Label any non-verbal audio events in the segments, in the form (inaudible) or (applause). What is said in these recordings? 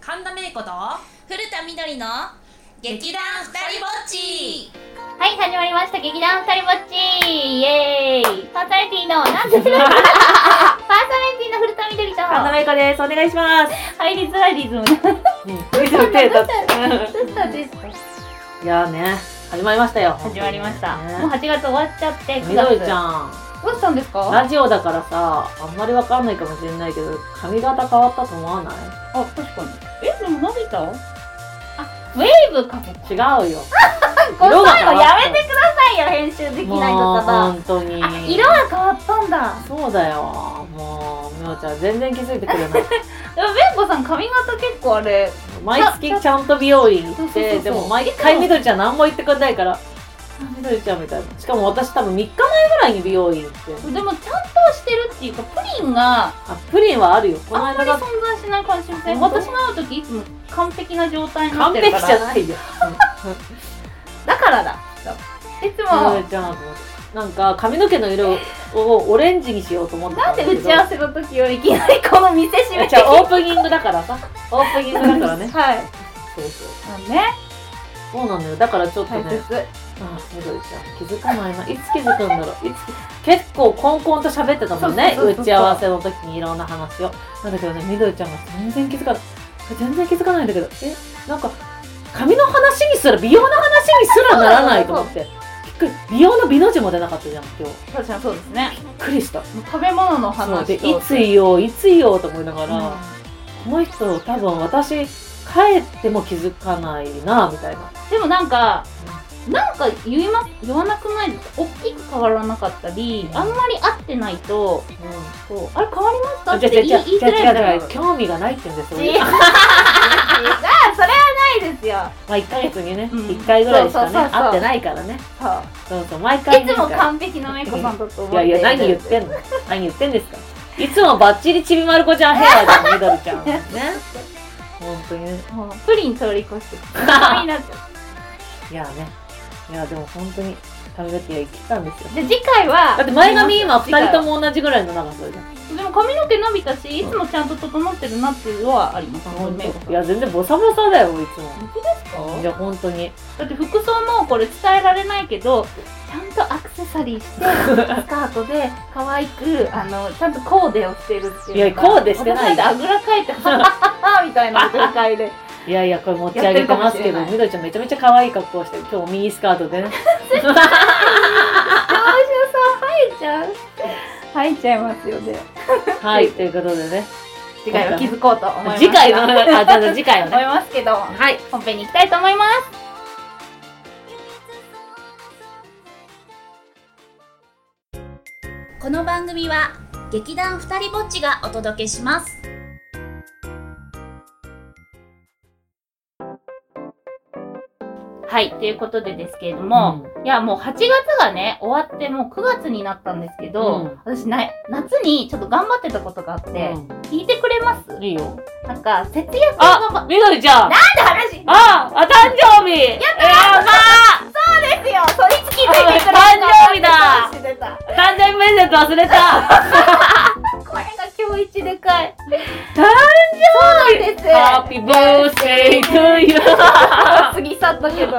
神田芽子と古田みどりの劇団ふたりぼっちはい、始まりました。劇団ふたりぼっちイエーイパーソナリティの、なんてパーソ (laughs) ナリティの古田みどりと、神田入芽子です。お願いします。りづらいリズムだ。リズム手立つどうしたんですかいやーね、始まりましたよ。始まりました。ねもう8月終わっちゃって、9みどり月。ちゃん、どうしたんですかラジオだからさ、あんまりわかんないかもしれないけど、髪型変わったと思わないあ、確かに。え、でも伸びたあ、ウェーブかけ違う (laughs) よ。こ色のが前変わのったやめてくださいよ、編集できもう、ないんだったら。本当に。あ、色は変わったんだ。そうだよ。もう、みおちゃん、全然気づいてくれない。でも、ベンコさん髪型結構あれ、毎月ちゃんと美容院行っそうそうそうそて、うでも毎回みどりちゃん何も言ってくれないから、あみどりちゃんみたいな。しかも私多分3日前ぐらいに美容院行って。でもちゃんとしてるっていうかプリンがあ、プリンはあるよ。このあんま間りだっ存在しない感じしません本当私の会う時いつも完璧な状態になっ完てる璧からじゃないよ。だからだいつそもうじゃんなんか髪の毛の色をオレンジにしようと思ってたなんだけでど打ち合わせの時よりいきなりこの見せしめじゃあオープニングだか (laughs) らさオープニングだからねはい (laughs) そうそうあねそうなのよだからちょっと大ね切あみどりちゃん気づかないないつ気づくんだろういつ結構コンコンと喋ってたもんねそうそうそうそう打ち合わせの時にいろんな話をなんだけどねみどりちゃんが全然気づかない全然気づかないんだけどえなんか髪の話にすら美容の話にすらならないと思ってびっくり美容の美の字も出なかったじゃん今日びっ確かにそうですねくりしたもう食べ物のそうで話いとつ言おういつ言おうと思いながら、うんこの人多分私帰っても気づかないなみたいなでもなんかなんか言います言わなくないですか大きく変わらなかったりあんまり合ってないとこうあれ変わりましたっじてゃじゃ言いじゃ言いじづらいじゃなゃじゃいじゃ興味がないって言うん (laughs) ですよ違うまそれはないですよあ1ヶ月にね、うん一1回ぐらいしかねそうそうそうそう会ってないからねそうそうそう毎回いねつも完璧なメイコさんだと思っいてやいや何言ってんの何言ってんですかいつもバッチリちびまる子ちゃんヘアじゃんみどり (laughs) ちゃんね本当にねもうプリン通り越 (laughs) して髪になっちゃういやねいやでも本当に髪の毛が生きたんですよじゃあ次回はだって前髪今次回2は人とも同じぐらいの長さじゃんでも髪の毛伸びたしいつもちゃんと整ってるなっていうのはありますメイコさんいや全然ボサボサだよいつもそういや本当にだって服装もこれ伝えられないけどちゃんとアクセサリーして (laughs) スカートで可愛くあのちゃんとコーデをしてるっていういやコーデしてないであぐらかいてハッハッハッみたいな展開でいやいやこれ持ち上げてますけやどってるかもしれないみどりちゃんめちゃめちゃ可愛い格好してる今日ミニスカー (laughs) トでねあおしさん入っちゃう入っちゃいますよねはいということでね次回は気づこうと思います次回のあじゃあ次回は思いねますけどはい本編に行きたいと思いますこの番組は劇団ふたりぼっちがお届けしますはい、ということでですけれども、いや、もう8月がね、終わってもう9月になったんですけど、うん私な、夏にちょっと頑張ってたことがあって、う聞いてくれますんいいよなんか、節約の頑張あみどりちゃんあって話なんあ誕生日やったですよそれ聞いてくれるあ誕生日だー誕生日プレゼント忘れたこれが今日一でかい。誕そうなんですハッピーバースデー to you めっち過ぎ去ったけど。そう。めっ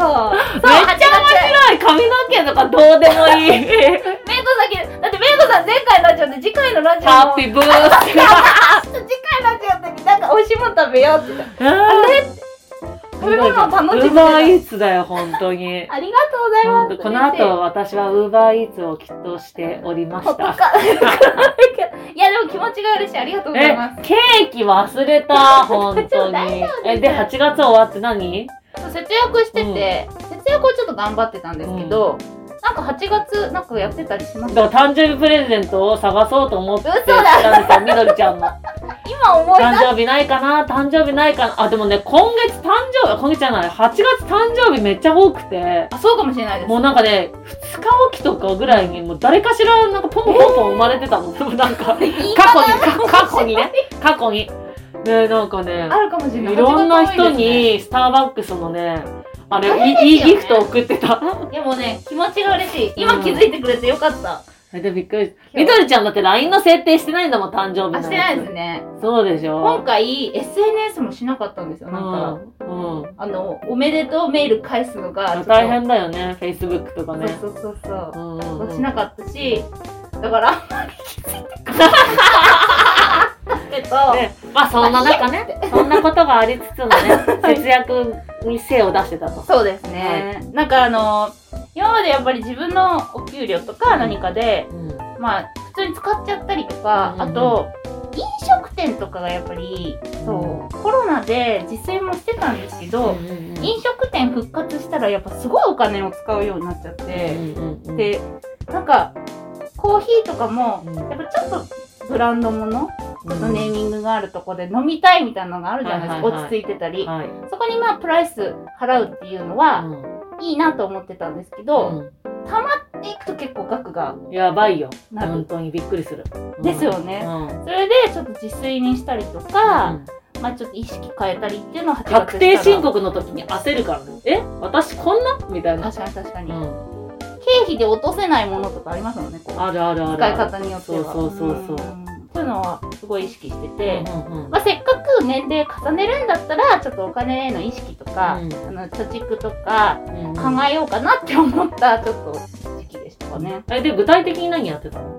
ゃ面白い髪の毛とかどうでもい (laughs) いメイコさんけど、だってメイコさん前回のラジオで次回のラジオハッもピーバースデー次回ラジオの時なんか美味しいもの食べようって言ったあれ食べ物を頼んでウーバーイーツだよ、本当に。ありがとうございま本す。当この後、私はウーバーイーツをきっとしておりまほっしとか (laughs) た。。いや、でも気持ちが嬉しい。ありがとうござえいます。、ケーキ忘れた、本 (laughs) 当大に。え、で、8月終わって何節約してて、節約をちょっと頑張ってたんですけど、なんか8月、なんかやってたりしまだすから誕生日プレゼントを探そうと思って嘘だたんですよ、みどりちゃ (laughs) んの。今思い出誕生日ないかな誕生日ないかなあ、でもね、今月誕生日、今月じゃない、8月誕生日めっちゃ多くて、あ、そうかもしれないです。もうなんかね、2日おきとかぐらいに、もう誰かしら、なんかポンポンポンポン生まれてたの。 (laughs) なんか。言い過方去に (laughs) か過去にね過去にねなんかねあるかもしれない。いろんな人8月多いですね。にスターバックスのねあ大変れですよね (laughs) いいいいギフト送ってたいやもうね、気持ちが嬉しい。今気づいてくれてよかった。えでびっくりした。みどりちゃんだって LINE の設定してないんだもん、誕生日のあ、してないですね。そうでしょ今回、SNS もしなかったんですよ。なんか、うん。うん。あの、おめでとうメール返すのが、大変だよね、Facebook とかだね。そうそうそうそう。うんうんうんしなかったし、だからあんまり気づいてくれなかったけど、 (laughs) ねまあそんな中ね、そんなことがありつつもね、節約に精を出してたと。そうですね、なんかあの今までやっぱり自分のお給料とか何かで、まあ普通に使っちゃったりとか、うんうんあと飲食店とかがやっぱりそう、コロナで自炊もしてたんですけど、うんうんうん飲食店復活したらやっぱすごいお金を使うようになっちゃって、うんうんうんでなんかコーヒーとかもうんやっぱちょっとブランドものちょっとネーミングがあるとこで飲みたいみたいなのがあるじゃないですか、はいはいはい落ち着いてたり、はい。そこにまあプライス払うっていうのは、いいなと思ってたんですけど、でいくと結構額がうんやばいよ。なる本当にびっくりする。うんですよねうんそれでちょっと自炊にしたりとか、まあちょっと意識変えたりっていうのを8月確定申告告の時に焦るからね。え私こんなみたいな。確かに確かに、う経ん費で落とせないものとかありますもんねこうあるあるある。使い方によってはそうそうそうそうんそういうのはすごい意識してうて、んうんうんまあ、せっかく年齢重ねるんだったらちょっとお金への意識とか、あの貯蓄とかうんうん考えようかなって思ったちょっと時期でしたかね。え、で、具体的に何やってたの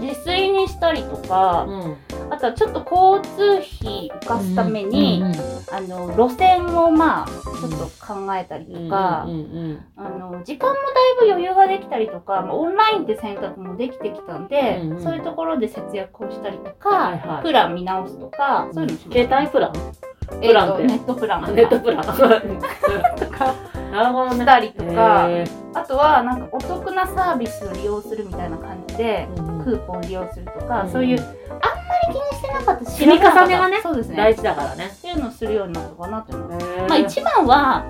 自炊にしたりとか、ん。あとはちょっと交通費浮かすために、うんうんあの、路線をまあ、ちょっと考えたりとか、うんうんうんあの、時間もだいぶ余裕ができたりとか、まあ、オンラインって選択もできてきたんで、うんうんそういうところで節約をしたりとはいか、はいプラン見直すとか、そういうのしました携帯プランえプランっーてとネットプランとかネットプラン。とかなるほどね。したりとかへあとはなんかお得なサービスを利用するみたいな感じで、ークーポンを利用するとか、んそういう気にしてなかった積み重ねがねそうですね大事だからね。っていうのをするようになったかなって思う、ままあ一番は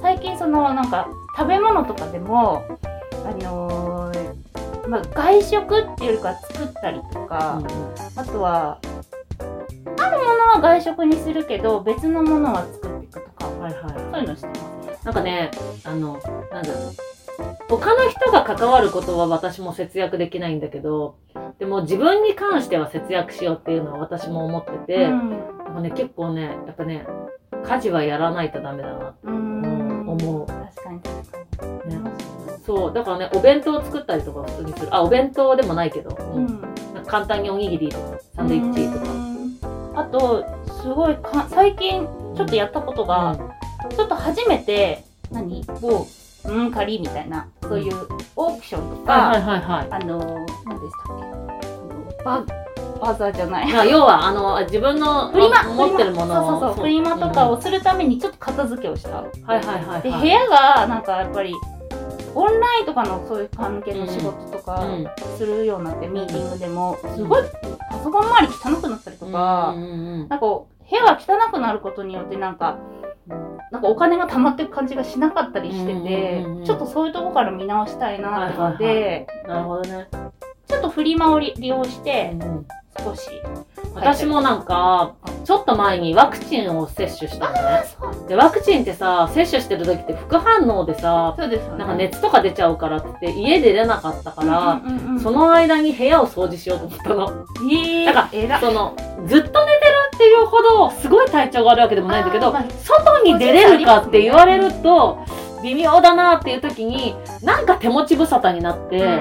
最近そのなんか食べ物とかでもあのーまあ、外食っていうよりかは作ったりとか、あとはあるものは外食にするけど別のものは作っていくとかはいそはういうのしてますねい。なんかね、あの、なんだろう。他の人が関わることは私も節約できないんだけど、でも自分に関しては節約しようっていうのは私も思ってて、うんなんかね、結構ね、やっぱね、家事はやらないとダメだな。うーん思う確かに確かに、ねそう、だからね、お弁当作ったりとか普通にする。あ、お弁当でもないけど、うんなんか簡単におにぎりとか、サンドイッチとか。かあとすごいか最近ちょっとやったことが、ちょっと初めて何をうん仮みたいなそういうオークションとか、はいはいはいはい。あの何でしたっけあのババザーじゃないまあ要はあの自分のフリマあ持ってるものをそうそうそうフリマとかうをするためにちょっと片付けをした、んはいはいはいではい部屋がなんかやっぱりオンラインとかのそういう関係の仕事とかうんするようになって、ミーティングでもすごいパソコン周り汚くなったりとか、うんうんなんかこう部屋が汚くなることによってなんかなんかお金が溜まっていく感じがしなかったりしてて、うんうんうんうんちょっとそういうとこから見直したいなって思って、はいはいなるほどね、ちょっとフリマを利利用してうん少し私もなんかちょっと前にワクチンを接種したのねそうでワクチンってさ接種してる時って副反応でさそうですよねなんか熱とか出ちゃうからって言って家で出なかったから、うんうんうんうんその間に部屋を掃除しようと思ったの。えなんかえらそのずっと寝てるっていうほどすごい体調が悪いわけでもないんだけど、あーまあ外に出れるかって言われると微妙だなっていう時になんか手持ち無沙汰になって、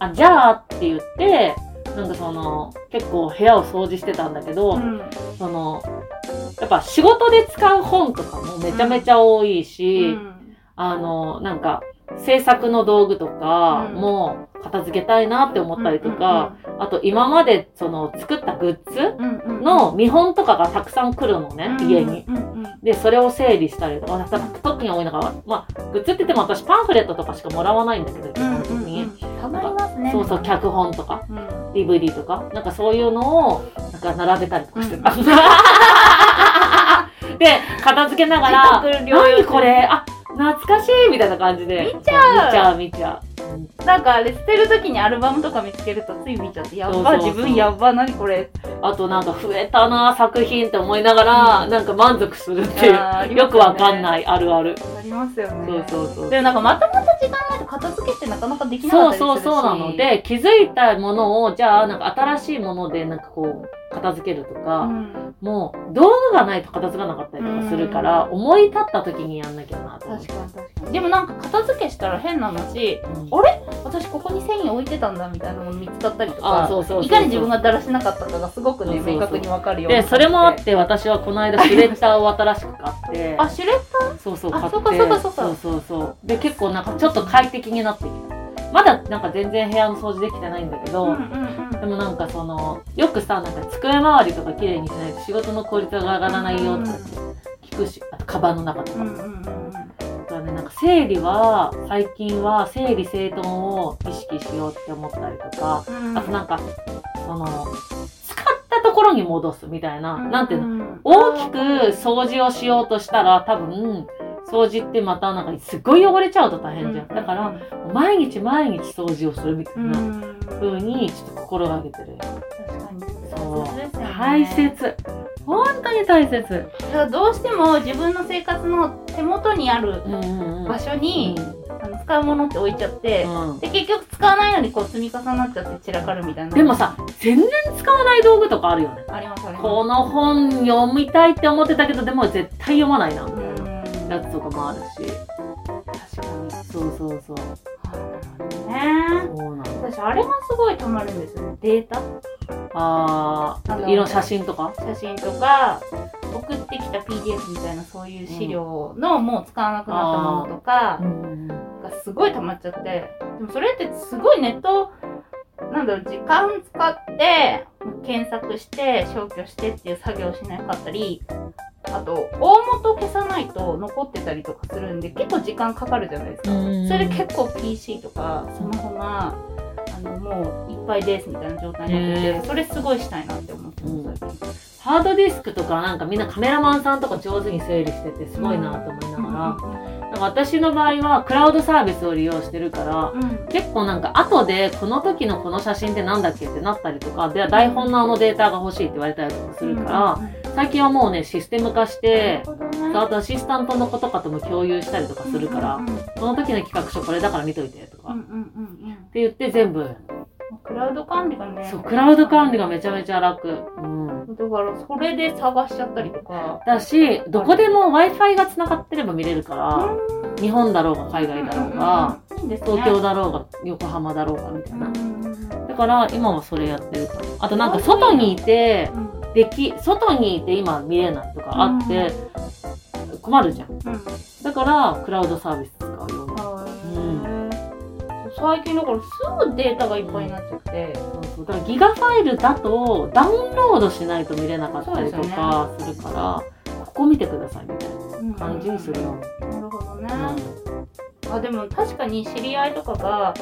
あじゃあって言ってなんかその結構部屋を掃除してたんだけど、うんうんそのやっぱ仕事で使う本とかもめちゃめちゃ多いし、うんあのなんか制作の道具とかうんも片付けたいなって思ったりとか、あと今までその作ったグッズ、うんうんうんうんの見本とかがたくさん来るのね、家に。うんうんうんで、それを整理したりとか、なんか特に多いのが、まあ、グッズって言っても私パンフレットとかしかもらわないんだけど、基本的うんうんうに。んたまりますねそうそう、脚本とか、うん DVD とか、なんかそういうのを、なんか並べたりとかしてた。 (laughs) で、片付けながら、自宅療養中何これあ、懐かしいみたいな感じで。見ちゃう見ちゃう、見ちゃう。なんかあれ捨てるときにアルバムとか見つけるとつい見ちゃって、やっば、そうそうそう自分やっば、何これ。あとなんか増えたな作品って思いながら、なんか満足するっていうあーありますよねよくわかんないあるあるありますよね。そうそうそうでもなんかまとまった時間ないと片付けってなかなかできなかそったりうするし。そうそうなの。で気づいたものをじゃあなんか新しいものでなんかこう片付けるとうか、ん。もう道具がないと片付かなかったりとかするから、思い立った時にやんなきゃなと思っ確てかに確かに。でもなんか片付けしたら変な話、うんあれ私ここに繊維置いてたんだみたいなのも見つかったりとあか。そうそうそうそういかに自分がだらしなかったかがすごくそうね、そうそう明確にわかるようにでなそれもあって私はこの間シュレッダーを新しく買ってあ、シュレッそうそう買ってあそうかそうかそうかそうそうそうで結構なんかちょっと快適になってきたまだなんか全然部屋の掃除できてないんだけど、ダーうんでもなんかそのよくさなんか机周りとか綺麗にしないと仕事の効率が上がらないよって聞くしあとカバンの中とかうんも、うんうんうんうん。だからねなんか整理は最近は整理整頓を意識しようって思ったりとかあとなんかその使ったところに戻すみたいな、なんていうのの大きく掃除をしようとしたら多分掃除ってまたなんかすごい汚れちゃうと大変じゃん、だから、毎日毎日掃除をするみたいうんなうん、風にちょっと心がけてる確かにそう、ですよね大切本当に大切だからどうしても自分の生活の手元にあるうんうんうん場所に、あの使うものって置いちゃって、うんで結局使わないのにこう積み重なっちゃって散らかるみたいなでもさ全然使わない道具とかあるよねありますありますこの本読みたいって思ってたけどでも絶対読まないなみうたいんなやつとかもあるし確かにそうそうそうあなるほどねそうなの私あれがすごい溜まるんですよねデータああーの色写真とか写真とか送ってきた PDF みたいなそういう資料のもう使わなくなったものとか、がすごい溜まっちゃってでもそれってすごいネットなんだろう時間使って検索して消去してっていう作業しなかったりあと大元消さないと残ってたりとかするんで結構時間かかるじゃないですか、うんそれで結構 PC とかスマホがあのもういっぱいですみたいな状態になってて、へーそれすごいしたいなって思ってます、最近ハードディスクとかなんかみんなカメラマンさんとか上手に整理しててすごいなと思いながら、なんか私の場合はクラウドサービスを利用してるからうんうん結構なんか後でこの時のこの写真ってなんだっけってなったりとかで台本のあのデータが欲しいって言われたりとかするから、最近はもうねシステム化してあとアシスタントの子とかとも共有したりとかするから、うんうんこの時の企画書これだから見といてとか、うんっうんうんうんて言って全部クラウド管理がねそうクラウド管理がめちゃめちゃ楽、うん、だからそれで探しちゃったりとかだしどこでも w i f i がつながってれば見れるから、日本だろうが海外だろうが、うんうんうんいいんですね東京だろうが横浜だろうがみたいな、うんうんうんだから今はそれやってるからあとなんか外にいてでき外にいて今見れないとかあって困るじゃんうんだからクラウドサービス使うようになっはい最近だからすぐデータがいっぱいになっちゃってたそうそうだからギガファイルだとダウンロードしないと見れなかったりとかするから、ここ見てくださいみたいな感じにするようになるほどねなる、あでも確かに知り合いとかが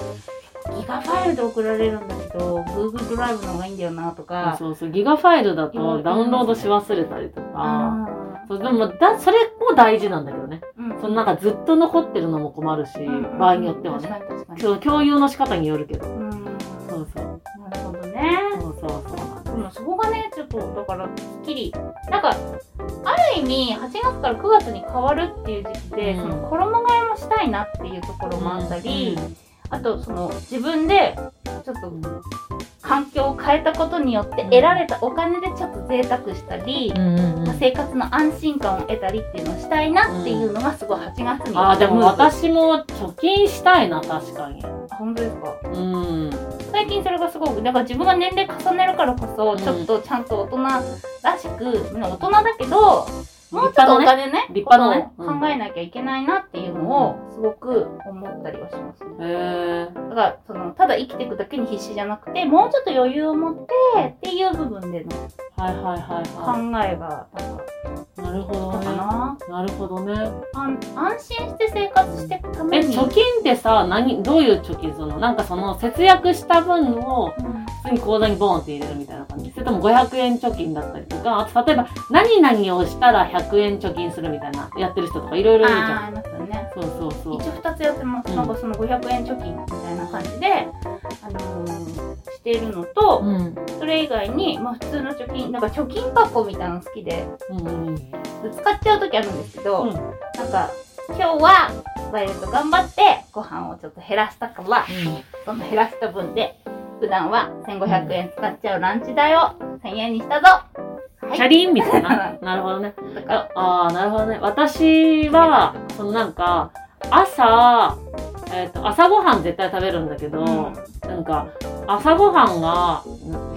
ギガファイルで送られるんだけど Google ドライブの方がいいんだよなとかそうそうギガファイルだとダウンロードし忘れたりとか、うそうでもだそれも大事なんだけどねんそのなんかずっと残ってるのも困るし、うん場合によってはね確かに確かにその共有の仕方によるけどうんそうそなうるほどねそうそうそうでもそこがねちょっとだからきっきりなんかある意味8月から9月に変わるっていう時期で、うんその衣替えもしたいなっていうところもあったり、あとその自分でちょっと環境を変えたことによってうん得られたお金でちょっと贅沢したり、うんうんうんまあ生活の安心感を得たりっていうのをしたいなっていうのがすごい8月に、あーでも私も貯金したいな確かにあ本当ですかうん最近それがすごくだから自分が年齢重ねるからこそちょっとちゃんと大人らしく、まあ大人だけどもうちょっとお金ね立派なねことを考えなきゃいけないなっていうのをすごく思ったりはします、へえだからそのただ生きていくだけに必死じゃなくてもうちょっと余裕を持ってっていう部分での考はいはいはえがなんかいなるほあどったかねな、なるほどね安安心して生活していくたえめに貯金ってさ何どういう貯金そのなんかその節約した分をうん普通に口座にボーンって入れるみたいな感じ。それとも500円貯金だったりとか、あと例えば何々をしたら100円貯金するみたいな、やってる人とかいろいろいるじあーゃあん。りますよねそうそうそう。一応2つやってます、うんなんかその500円貯金みたいな感じで、あのーしているのと、うん。それ以外に、まあ、普通の貯金なんか貯金箱みたいなの好きでうんうん。使っちゃう時あるんですけど、うんなんか今日はバイト頑張ってご飯をちょっと減らしたからその減らした分で普段は1500円使っちゃうランチ代を1000円にしたぞキャリーンみたいな。なるほどね。とかああー、なるほどね。私は、そのなんか、朝、えっ、と、朝ごはん絶対食べるんだけど、なんか、朝ごはんが、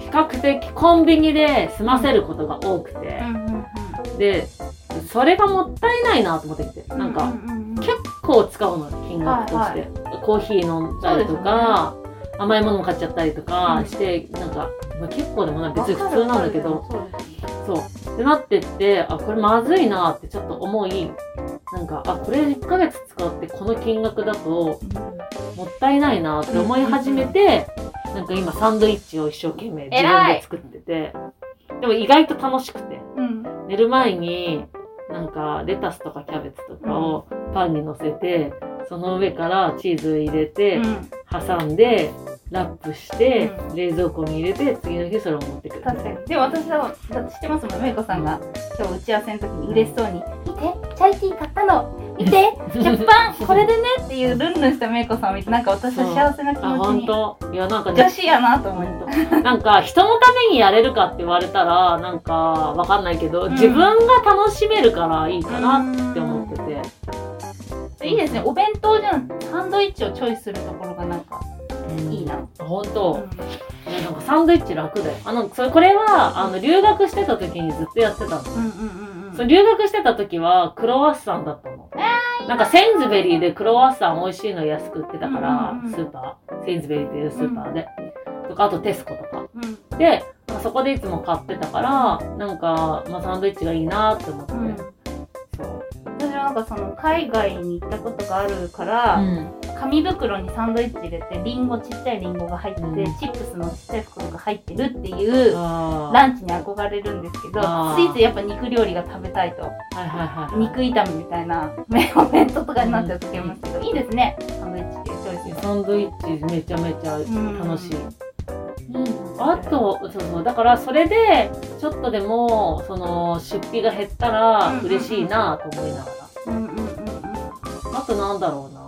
比較的コンビニで済ませることが多くて、で、それがもったいないなと思ってきて、なんか、結構使うの、金額として。コーヒー飲んだりとか、甘いものも買っちゃったりとかして、なんか、まあ、結構でもない、別に普通なんだけど、そう。ってなってって、あ、これまずいなってちょっと思い、なんか、あ、これ1ヶ月使ってこの金額だともったいないなって思い始めて、なんか今サンドイッチを一生懸命自分で作ってて、でも意外と楽しくて、うん寝る前になんかレタスとかキャベツとかをパンに乗せて、その上からチーズ入れて、うん挟んで、ラップして、う冷蔵庫に入れて、次の日それを持ってくる。確かにでも私はだって知ってますもんめいこさんが今日打ち合わせの時に嬉しそうに「見てチャイティー買ったの (laughs) 見て食パンこれでね」っていうルンルンしためいこさんを見てなんか私は幸せな気あ、持ち本に当いや、なんかね女子やなと思ってなんか人のためにやれるかって言われたらなんかわかんないけど、うん自分が楽しめるからいいかなって思ってて、いいですねお弁当じゃんサンドイッチをチョイスするところがなんかいいな、あ本う当、んいやなんかサンドイッチ楽だよあのそれこれはあの留学してた時にずっとやってたの、うんうんうんうんそう留学してた時はクロワッサンだったのなんかセンズベリーでクロワッサン美味しいの安く売ってたから、うんうんうんスーパーセンズベリーっていうスーパーで、とかあとテスコとかうんで、まあそこでいつも買ってたからなんか、まあ、サンドイッチがいいなって思って、うんそう私はなんかその海外に行ったことがあるから、紙袋にサンドイッチ入れてリンゴちっちゃいリンゴが入ってて、うんチップスのちっちゃい袋が入ってるっていうあランチに憧れるんですけどあーついついやっぱ肉料理が食べたいとーはいはいはいはい肉炒めみたいなめお弁当とかになっちゃう時ありますけど、いいですねサンドイッチっていうチョイスがサンドイッチめちゃめちゃん楽しい、あとそうそうだからそれでちょっとでもその出費が減ったら嬉しいなと思いながら、うんうんうんうんあとなんだろうな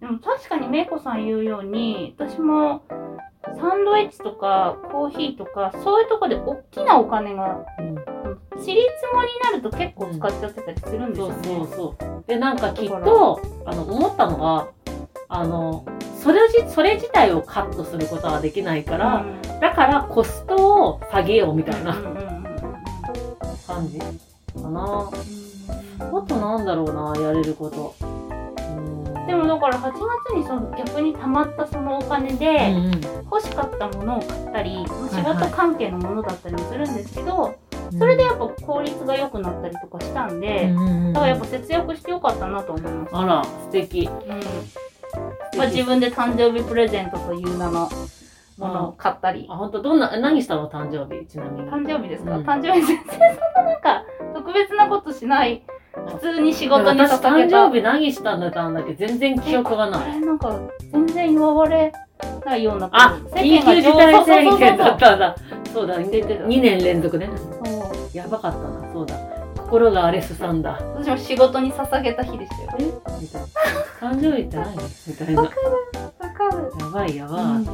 でも確かにめいこさん言うように私もサンドイッチとかコーヒーとかそういうとこで大きなお金がうんちりつもりになると結構使っちゃってたりするんですそようね。そうそうでなんかきっだとあの思ったのがあのそれじそれ自体をカットすることはできないから、だからコストを下げようみたいな感じかなもっとなんだろうな、やれること。うんでも、だから8月にその逆にたまったそのお金うでんうん欲しかったものを買ったり、まあはいはい仕事関係のものだったりもするんですけど、それでやっぱ効率が良くなったりとかしたんうで、んうんうんだからやっぱ節約して良かったなと思います。あら、素敵。まあ、自分で誕生日プレゼントという名のものを買ったり。あ、本当どんな、何したの誕生日、ちなみに。誕生日ですか、うん誕生日全然そんななんか特別なことしない普通に仕事に私、捧げ誕た生日何したんだったんだっけ全然記憶があない。れなんか全然祝われないようなあ、緊急事態宣言だったんだ。そうだ、出てた2年連続ね。そうそうそうそうやばかったな、そうだ。心が荒れすさんだ。そう私も仕事に捧げた日でしたよえみたいな。誕生日って何みたいな。やわかるばいやばかっ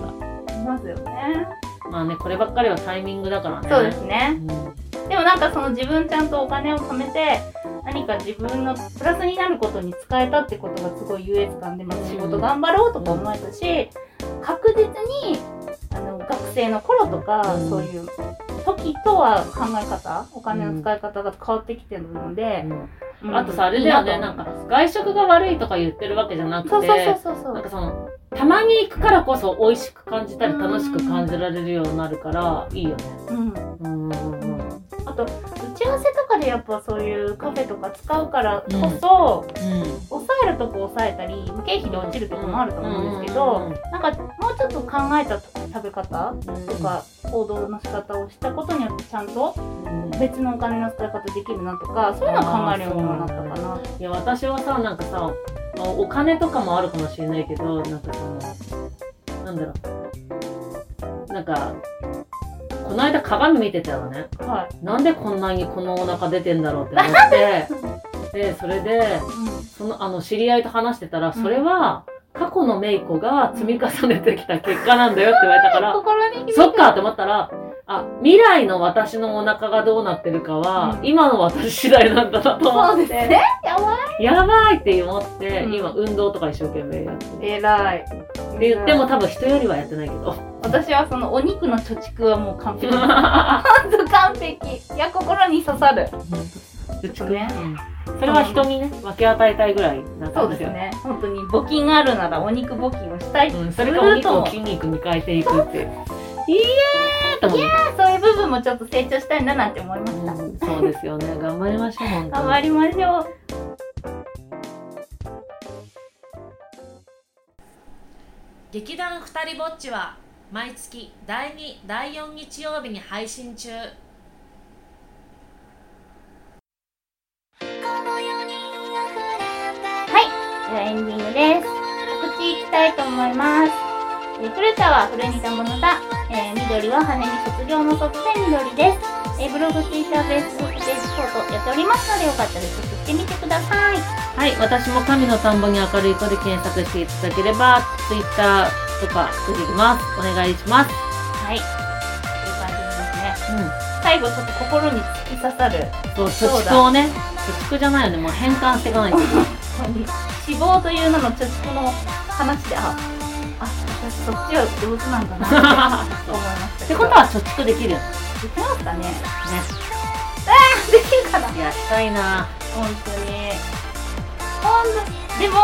た。いますよねまあね、こればっかりはタイミングだからね。そうですねうんでもなんかその自分ちゃんとお金を貯めて何か自分のプラスになることに使えたってことがすごい優越感でまた仕事頑張ろうとか思えたし確実にあの学生の頃とか、うんそういう時とは考え方お金の使い方が変わってきてるので、うんあとさ、あれだよね、いいなんとか、外食が悪いとか言ってるわけじゃなくて、思うそうそうそうそなんうかその、たまに行くからこそ美味しく感じたり楽しく感じられるようになるから、いいよね。そう、うんうんうんうん。ああと打ち合わせとかでやっぱそういうカフェとか使うからこそ、うん抑えるとこ抑えたり経費で落ちるとこもあると思うんですけど、うんうんなんかもうちょっと考えた食べ方とか行動の仕方をしたことによってちゃんと別のお金の使い方できるなとかそういうのを考えるようになったかな。いや私はさなんかさお金とかもあるかもしれないけどなんかそのなんだろうなんかこの間鏡見てたのねはいなんでこんなにこのお腹出てんだろうって思っ (laughs) てでそれでそのあの知り合いと話してたらそれは過去のメイコが積み重ねてきた結果なんだよって言われたから心にそっかと思ったら、あ、未来の私のお腹がどうなってるかは、う今の私次第なんだなと思そっうて、ですね。やばやばいって思って、うん今運動とか一生懸命やってる。い。偉い。って言っても多分人よりはやってないけど。私はそのお肉の貯蓄はもう完璧。 (laughs) 本当完璧。いや心に刺さる。貯蓄ねそれは人にね、分け与えたいぐらいなそ感うじですだよ。ね。本当に募金があるならお肉募金をしたい。うん、それかお肉を筋肉に変えていくっていう。いいえーと思って。そういう部分もちょっと成長したいななんて思いました。うんそうですよね。頑張りましょう、本当に頑。張りましょう。劇団ふたりぼっちは毎月第2第4日曜日に配信中はい、じゃあエンディングです。告知いきたいと思います。えー、古田は古にたものだ。えー、緑は羽に卒業の卒で緑です。えー、ブログ、ツイッター、フェイスブック、ページフォートやっておりますので、よかったらチェックしてみてください。はい、私も神の田んぼに明るい子で検索していただければ、ツイッターとか出てきます。お願いします。はい。という感じですね。うん。最後、ちょっと心に突き刺さる、そそう、う貯だ蓄をね、貯蓄じゃないよね、もう変換してい (laughs) かないと。ここに死亡という名の貯蓄の話で、あ、あ、私そっちは上手なんだ (laughs) なって思いましたっけてど。ことは貯蓄できるよね。できますかねできるかなね。や、したいな本当に本当にでもう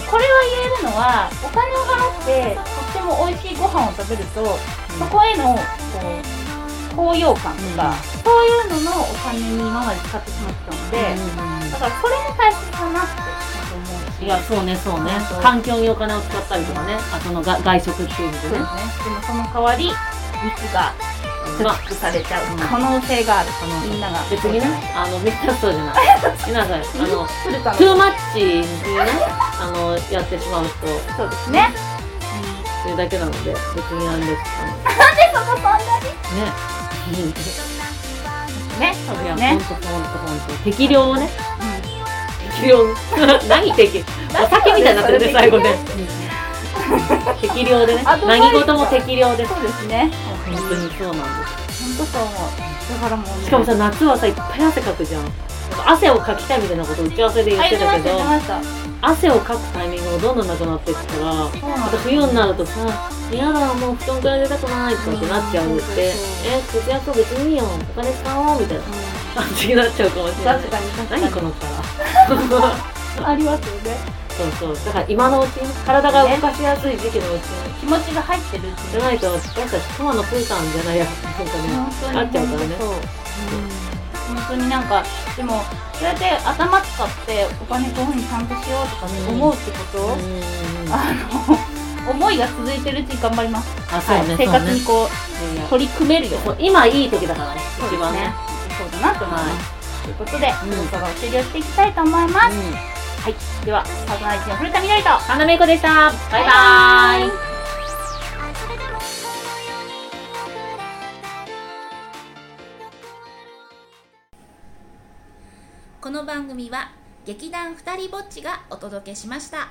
ん。これは言えるのはお金を払ってとっても美味しいご飯を食べるとそこへのこう高揚感とか、うんそういうののお金に今まで使ってしまってたので、うんだからこれも大切だなってちょっと思うしいや、そうね、そうねそう。環境にお金を使ったりとかね。あ、そのが外食っていうのそうでですね。でねもその代わり肉がまあ貯蓄されちゃう可能性がある、能性みんなが別にね、あの、めっちゃそうじゃ (laughs) ない。みんなさい。あの、するかトゥもーマッチにね、あの、やってしまうと、そうですねそれだけなので、別になんですでそこそんなにね。ねそうですいや、ねほんとほんとほんと。適量をね。うん適量。 (laughs) 何 (laughs) 適お酒みたいになってるね、最後ね。適量でね。アドバイス何事も適量です。そうですね。本当にそうなん本で当そう思う。だからもう、ね、す。しかもさ、夏はさ、いっぱい汗かくじゃん。なんか汗をかきたいみたいなこと打ち合わせで言あ、っ言てってまたけした、ど言って、ました。汗をかくタイミングもどんどんなくなってきたから、まそうなんたです。冬になるとさ、嫌だ、もう布団から出たくないとかってなっちゃうんでって、え、節約別にいいよ、お金使おうみたいな (laughs) 感じになっちゃうかもしれない確。かに、確かに。何このキャラありますよね。 (laughs) そうそうだから今のうちに体が動かしやすい時期のうちに気持ちが入ってるってじゃないと私たち熊野プーさんじゃないやなんかねななんっかちゃうねからねそう。うん本当になんか、でも、そうやって頭使ってお金こういうふうにちゃんとしようとかねうん思うってことを、うんあの、思いが続いてるうちに頑張ります。あそうはねい生そう活ねにこ、いやいうや取り組めるよ。もう今いい時だからね一番ね。そうだなと思います。ということで、ん放送が終了していきたいと思います。うんでは、パーソナリティの古田みどりと、神田芽衣子でしたバイバーイこの番組は劇団ふたりぼっちがお届けしました